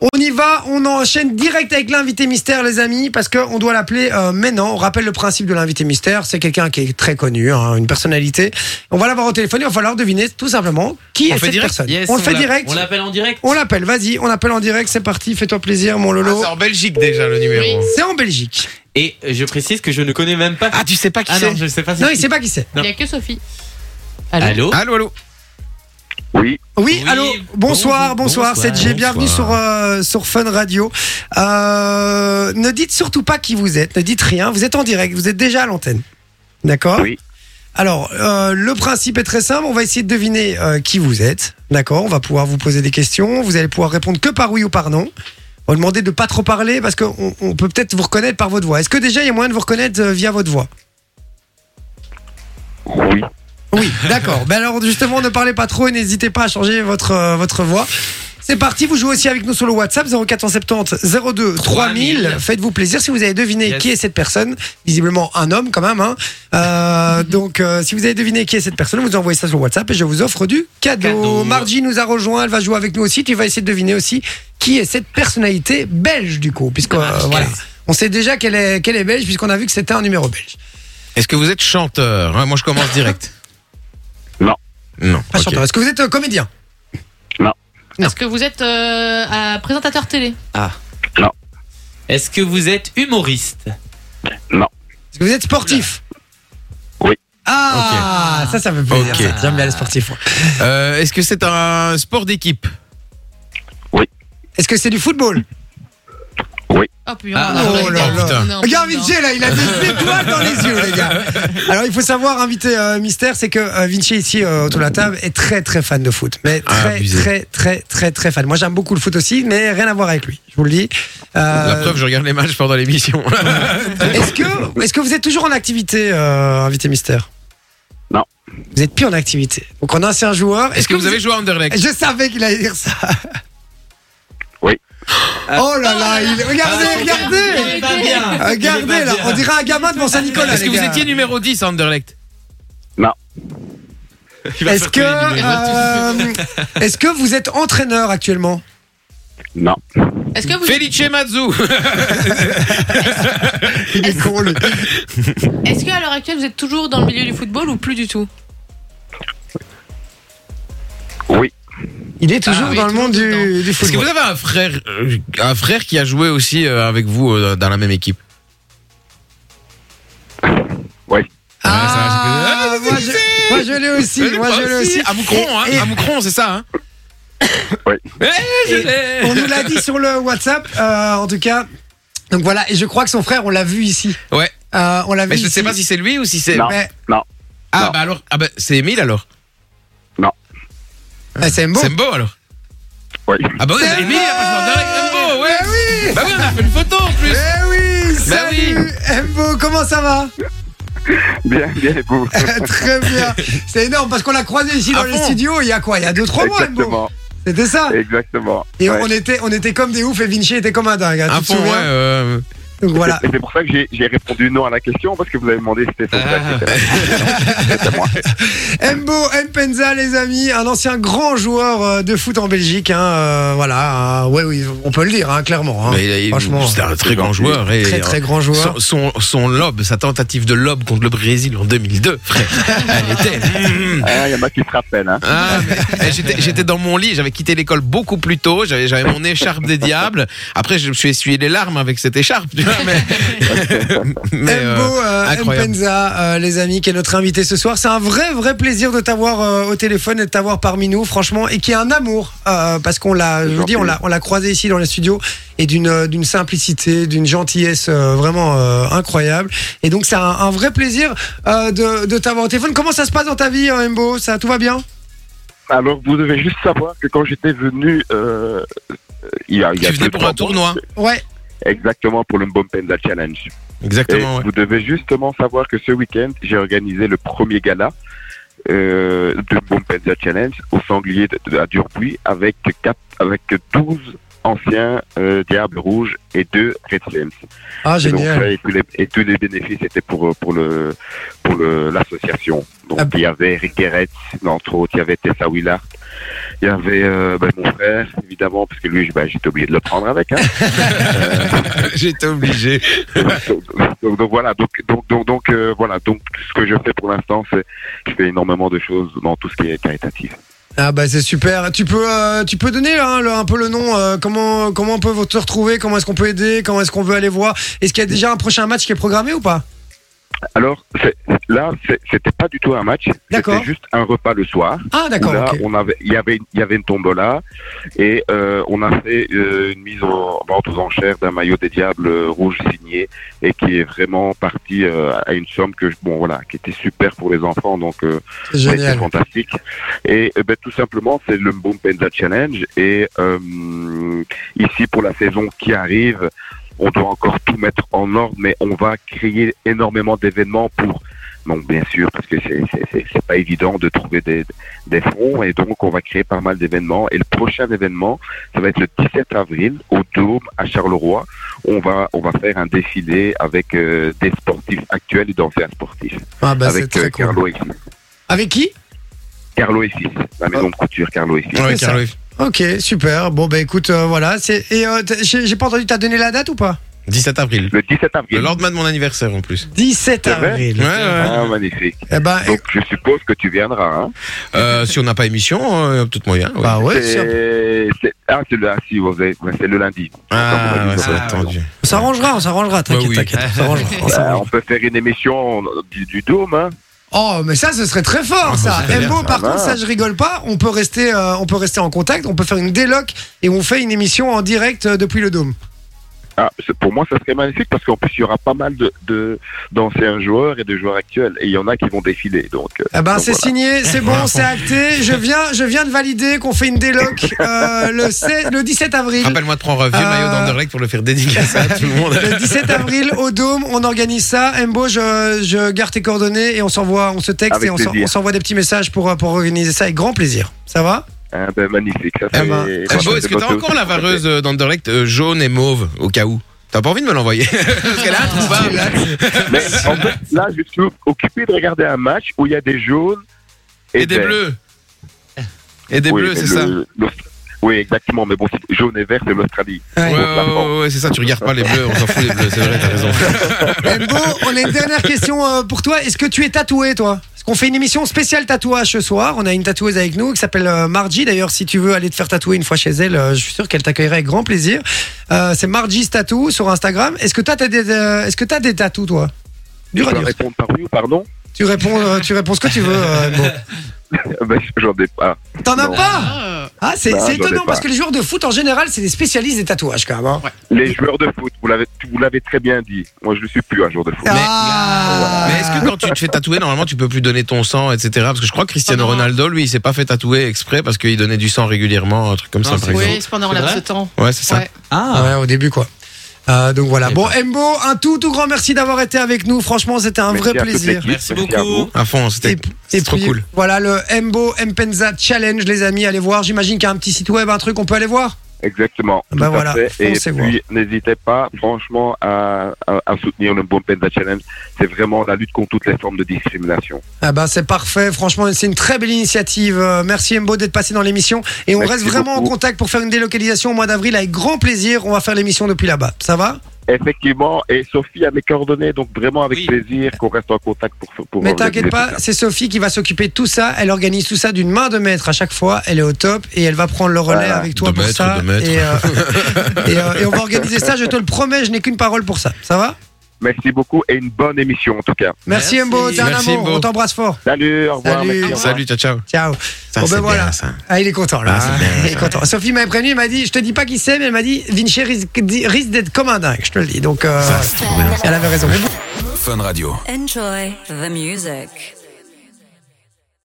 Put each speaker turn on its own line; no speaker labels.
On y va, on enchaîne direct avec l'invité mystère, les amis, parce qu'on doit l'appeler euh, maintenant. On rappelle le principe de l'invité mystère, c'est quelqu'un qui est très connu, hein, une personnalité. On va l'avoir au téléphone et il va falloir deviner tout simplement qui
On
est
fait
cette
direct
personne.
Yes,
on le fait
l'a-
direct,
On l'appelle en direct
on l'appelle, vas-y, on appelle en direct, c'est parti, fais-toi plaisir, mon Lolo.
Ah, c'est en Belgique déjà le numéro.
c'est en Belgique.
Et euh, je précise que je ne connais même pas.
Ah, tu sais pas qui
Ah
c'est
non, je sais pas. c'est
Non,
qui.
il sait pas qui c'est.
Non.
Il n'y a que Sophie.
Allô
Allô, allô.
Oui,
Oui,
allô, bonsoir, bonsoir,
bonsoir,
c'est Jay, bienvenue
bonsoir.
sur, euh, sur Fun Radio. Euh, ne dites surtout pas qui vous êtes, ne dites rien, vous êtes en direct, vous êtes déjà à l'antenne. D'accord
Oui.
Alors, euh, le principe est très simple, on va essayer de deviner euh, qui vous êtes. D'accord On va pouvoir vous poser des questions, vous allez pouvoir répondre que par oui ou par non. On va demander de pas trop parler parce qu'on on peut peut-être vous reconnaître par votre voix. Est-ce que déjà il y a moyen de vous reconnaître euh, via votre voix
Oui.
Oui, d'accord. Ben alors justement, ne parlez pas trop et n'hésitez pas à changer votre, euh, votre voix. C'est parti, vous jouez aussi avec nous sur le WhatsApp 0470 02 3000. Faites-vous plaisir si vous avez deviné
Yes.
qui est cette personne. Visiblement un homme quand même. Hein. Euh, donc euh, si vous avez deviné qui est cette personne, vous envoyez ça sur le WhatsApp et je vous offre du cadeau.
Cadeau.
Margie nous a rejoint, elle va jouer avec nous aussi. Tu vas essayer de deviner aussi qui est cette personnalité belge du coup, puisque euh, voilà. On sait déjà qu'elle est, qu'elle est belge puisqu'on a vu que c'était un numéro belge.
Est-ce que vous êtes chanteur Hein, Moi, je commence direct.
Non.
Non.
Pas
ok.
chanteur. Est-ce que vous êtes euh, comédien Non.
Est-ce que vous êtes euh, un présentateur télé
Est-ce que vous êtes humoriste
Est-ce que vous êtes sportif
Oui.
Ah, ça, ça me plaît.
Ok.
J'aime bien les sportifs. moi.
Euh, Est-ce que c'est un sport d'équipe
Est-ce que c'est du football
Oh putain.
Ah,
on a
oh
pas
là
le
là.
temps. Non,
Regarde
non.
Vinci, là, il a des étoiles dans les yeux, les gars. Alors, il faut savoir, invité euh, mystère, c'est que euh, Vinci, ici, euh, autour de la table, est très, très fan de foot. Mais
Ah,
très,
abusé.
très, très, très, très fan. Moi, j'aime beaucoup le foot aussi, mais rien à voir avec lui. Je vous le dis. Euh,
La preuve, je regarde les matchs pendant l'émission.
Est-ce que, est-ce que vous êtes toujours en activité, euh, invité mystère
Non.
Vous êtes plus en activité. Donc, en ancien joueur.
Est-ce que vous avez joué à Anderlecht
Je savais qu'il allait dire ça.
Oui.
Oh là là, il... regardez,
Ah, il est
regardez
pas bien. Il est
Ah, Regardez
pas
là,
bien.
on dirait un gamin de Mont-Saint-Nicolas.
Est-ce que
les
vous
gars.
étiez numéro 10 à Anderlecht
Il va
Est-ce
faire
que,
tous les numéros.
euh, est-ce que vous êtes entraîneur actuellement
Non.
Est-ce que vous
Felice Mazzu
Il est con lui.
est-ce que à l'heure actuelle vous êtes toujours dans le milieu du football ou plus du tout
Oui.
Il est toujours
Ah oui,
dans le
toujours
monde du, du
Est-ce que vous
football.
avez un frère, euh, un frère qui a joué aussi euh, avec vous euh, dans la même équipe
Ah,
Ouais, ça va, je-
moi je, moi, je l'ai aussi,
Euh,
moi
bah,
je l'ai aussi.
À Moucron, hein,
Et-
à Moucron, c'est ça hein
Oui.
Eh, je
Et-
l'ai.
On nous l'a dit sur le WhatsApp, euh, en tout cas. Donc voilà, et je crois que son frère, on l'a vu ici.
Ouais.
Euh, on l'a vu
Mais je ne
ici.
sais pas si c'est lui ou si c'est.
Non.
Mais-
Ah
Non.
bah alors, ah bah, c'est Emile alors.
Ah, c'est Eh beau.
C'est Mbo alors.
Oui.
Ah bah oui,
C'est
Emile,
Mbo.
après je m'en
Mais
avec
oui.
Mbo, ouais. Bah oui, on a fait une photo en plus.
Eh oui,
Bah oui.
salut Mbo, comment ça va
Bien, bien, et vous
Très bien. C'est énorme parce qu'on l'a croisé ici dans
Ah
les
bon
studios il y a quoi Il y a 2-3 mois Mbo.
Exactement.
C'était ça
Exactement.
Et
Ouais.
on était, on était comme des oufs et Vinci était comme un dingue. hein,
À
tu te
fond, ouais.
souviens
euh,
Donc voilà.
Et c'est pour ça que j'ai- j'ai répondu non à la question parce que vous avez demandé si c'était son frère.
Ah.
etc.
Ah.
Mbo Mpenza, les amis, un ancien grand joueur euh, de foot en Belgique. Hein, euh, voilà, euh, ouais, oui, on peut le dire, hein, clairement. hein.
mais il a- il-
Franchement,
c'est un très grand joueur. Et, hein,
très très grand joueur.
Son, son, son lobe, sa tentative de lobe contre le Brésil en 2002, frère. Elle était. Mm.
Ah, Il y en a qui se rappellent. Hein.
Ah, mais- eh, j'étais- J'étais dans mon lit, j'avais quitté l'école beaucoup plus tôt, j'avais j'avais mon écharpe des diables. Après, je me suis essuyé les larmes avec cette écharpe, tu vois, mais. mais, euh,
Mbo euh,
incroyable.
Mpenza, euh, les amis, qui est notre invité ce soir. C'est un vrai, vrai plaisir de t'avoir euh, au téléphone et de t'avoir parmi nous, franchement, et qui est un amour, euh, parce qu'on l'a, je vous dis, on l'a, on l'a croisé ici dans les studios, et d'une, euh, d'une simplicité, d'une gentillesse euh, vraiment euh, incroyable. Et donc, c'est un, un vrai plaisir euh, de, de t'avoir au téléphone. Comment ça se passe dans ta vie, euh, Mbo Ça, tout va bien
Alors, vous devez juste savoir que quand j'étais venu. Euh, euh, il y a, il y a
tu venais
deux,
pour
trois
un tournoi.
Ouais.
mois, Exactement, pour le Mbompenza Challenge. Et
Exactement, ouais.
vous devez justement savoir que ce week-end, j'ai organisé le premier gala euh, de Bompenza Challenge au Sanglier de, de- à Durbuy avec, quatre- avec 12 anciens euh, Diables Rouges et deux Red Flames.
Ah,
Et, donc,
génial.
ça, et tous les, et tous les bénéfices étaient pour, euh, pour, le, pour le- l'association. Donc
Ah.
il y avait Eric Guéret, entre autres, il y avait Tessa Willard, il y avait euh, ben, mon frère, évidemment, parce que lui, ben, j'étais obligé de le prendre avec. Hein.
J'étais obligé.
donc, donc- donc voilà, donc donc donc, donc, euh, voilà, donc ce que je fais pour l'instant, c'est je fais énormément de choses dans tout ce qui est caritatif.
Ah bah c'est super. Tu peux, euh, tu peux donner hein, le- un peu le nom. euh, comment, comment on peut vous- te retrouver Comment est-ce qu'on peut aider Comment est-ce qu'on veut aller voir Est-ce qu'il y a déjà un prochain match qui est programmé ou pas
Alors c'est- là, c'est- c'était pas du tout un match,
D'accord.
c'était juste un repas le soir.
Ah
où
d'accord.
là,
ok.
on avait, il y avait, une- il y avait une tombola et euh, on a fait euh, une mise en vente aux enchères d'un maillot des diables euh, rouge signé et qui est vraiment parti euh, à une somme que je- bon voilà, qui était super pour les enfants. Donc euh,
C'est
Ouais, C'est
génial.
fantastique. Et euh, ben, tout simplement, c'est le Mbompenza Challenge. Et euh, ici, pour la saison qui arrive, on doit encore tout mettre en ordre, mais on va créer énormément d'événements pour. Donc bien sûr, parce que c'est- c'est c'est- c'est pas évident de trouver des, des fonds, et donc on va créer pas mal d'événements. Et le prochain événement, ça va être le 17 avril au Dôme à Charleroi. On va on va faire un défilé avec euh, des sportifs actuels et d'anciens sportifs,
Ah bah c'est
avec euh,
très cool.
Carlo et fils.
Avec qui
Carlo et fils, la maison de couture Carlo et fils.
Ouais,
ça.
Carlo,
Ok super. Bon bah écoute euh, voilà. c'est- Et euh, t'as- j'ai j'ai pas entendu. T'as donné la date ou pas
17 avril.
Le 17
Le
avril.
lendemain de mon anniversaire en plus.
17
C'est vrai
avril.
Ouais, ouais.
Ah, magnifique.
Eh ben
Donc je suppose que tu viendras. Hein.
Euh, si on n'a pas émission, euh, peut-être moyen. ouais.
bah ouais. ça-
C'est c'est- ah, c'est le, ah, si, vous avez- ouais, c'est le lundi.
Ah, ouais,
Ah,
c'est
ouais.
attendu.
On s'arrangera, on s'arrangera. T'inquiète,
oui.
t'inquiète, on s'arrangera. on
Ah,
s'arrangera.
on peut faire une émission du, du dôme. Hein.
Oh, mais ça, ce serait très fort,
Ah, ça
ça.
serait
Eh,
bien,
bon,
ça.
par
Ah,
contre, ça,
bah.
je rigole pas. On peut rester, euh, on peut rester en contact. On peut faire une déloc et on fait une émission en direct euh, depuis le dôme.
Ah, c'est- pour moi, ça serait magnifique parce qu'en plus, il y aura pas mal d'anciens de, d'anciens joueurs et de joueurs actuels. Et il y en a qui vont défiler. Donc, euh,
Eh ben,
donc
c'est
voilà.
signé, c'est bon, c'est acté. Je viens, je viens de valider qu'on fait une déloc euh, le, 16 le 17 avril.
Rappelle-moi de prendre un vieux
Euh,
maillot d'Anderlecht pour le faire dédicacer à tout le monde.
Le 17 avril au Dôme, on organise ça. Embo, je, je garde tes coordonnées et on s'envoie, on se texte
Avec
et on s'en-
plaisir.
on s'envoie des petits messages pour, euh, pour organiser ça avec grand plaisir. Ça va
Ah, ben, magnifique. Ça, c'est-
ben,
voilà,
Eh, Beau,
c'est
est-ce que
beau
t'as
tout.
encore la vareuse euh, d'Anderlecht euh, jaune et mauve au cas où T'as pas envie de me l'envoyer Parce qu'elle est introuvable.
Mais en fait, là, je suis occupé de regarder un match où il y a des jaunes et,
Et des bleus. Et des
Oui,
bleus,
mais
c'est ça.
le- l'Aust- Oui, exactement. Mais bon, c'est jaune et vert, c'est l'Australie.
Ouais,
Bon,
ouais,
la France.
ouais, ouais, c'est ça, tu regardes pas les bleus, on s'en fout les bleus, c'est vrai, t'as raison.
Embo, on a une dernière question euh, pour toi. Est-ce que tu es tatoué, toi Parce qu'on fait une émission spéciale tatouage ce soir. On a une tatoueuse avec nous qui s'appelle euh, Margie. D'ailleurs, si tu veux aller te faire tatouer une fois chez elle, euh, je suis sûr qu'elle t'accueillera avec grand plaisir. Euh, c'est Margie's Tattoo sur Instagram. Est-ce que t'as t'as des, euh, est-ce que t'as des tatous, toi
Je
Dur à
dois
dire.
répondre par oui ou par non
Tu réponds, euh, tu réponds ce que tu veux. euh, Embo.
Ben, J'en ai pas.
T'en as
Non.
pas Ah, c'est
Bah,
c'est
j'en ai
étonnant
pas.
parce que les joueurs de foot en général, c'est des spécialistes des tatouages quand même. hein.
Les joueurs de foot, vous l'avez, vous l'avez très bien dit. Moi, je ne suis plus un joueur de foot.
Ah.
Mais est-ce que quand tu te fais tatouer, normalement, tu peux plus donner ton sang, etc. Parce que je crois que Cristiano
Oh non.
Ronaldo, lui, il s'est pas fait tatouer exprès parce qu'il donnait du sang régulièrement, un truc comme
Non,
ça, par
c'est
exemple.
Oui, Ah, c'est pendant un
C'est
laps
vrai
de temps.
Ouais, c'est ça.
Ouais.
Ah,
Ouais, au début, quoi. Euh, donc voilà.
Eh
Bon, Embo, un tout, tout grand merci d'avoir été avec nous. Franchement, c'était un
Merci
vrai
à toute
plaisir.
l'équipe,
merci
à vous.
beaucoup.
À fond, c'était
Et
c'est trop
puis,
cool.
Voilà le Mbo Mpenza Challenge, les amis. Allez voir. J'imagine qu'il y a un petit site web, un truc, on peut aller voir.
Exactement.
Bah
Tout à
voilà,
fait. Et
foncez voir.
puis, n'hésitez pas, franchement, à, à- à soutenir le Bompenza Challenge. C'est vraiment la lutte contre toutes les formes de discrimination.
Ah ben, c'est parfait. Franchement, c'est une très belle initiative. Euh, merci Mbo d'être passé dans l'émission. Et on
Merci
reste vraiment en
beaucoup.
contact pour faire une délocalisation au mois d'avril avec grand plaisir. On va faire l'émission depuis là-bas. Ça va
Effectivement, et Sophie a mes coordonnées, donc vraiment avec
Oui.
plaisir qu'on reste en contact pour pour
Mais
organiser
t'inquiète
tout
pas,
ça.
c'est Sophie qui va s'occuper de tout ça. Elle organise tout ça d'une main de maître à chaque fois. Elle est au top et elle va prendre le relais
Voilà.
avec toi
De
pour
maître,
ça.
de maître.
Et, euh, et, euh, et on va organiser ça. Je te le promets, je n'ai qu'une parole pour ça. Ça va
Merci beaucoup et une bonne émission en tout cas.
Merci,
Merci.
Mbo. T'es un
Merci,
amour.
Mbo.
On t'embrasse fort.
Salut, au revoir.
Salut.
merci, au revoir.
Salut, ciao, ciao.
Ciao.
Ça,
Bon, ben
c'est
voilà.
bien, ça.
Ah, il est content là.
Ah, c'est bien,
il est content. Sophie m'avait prévenu, elle m'a dit, je te dis pas qui c'est, mais elle m'a dit, Vinci risque, di- risque d'être comme un dingue, je te le dis. Donc, euh, elle avait raison. Mais bon.
Enjoy the music.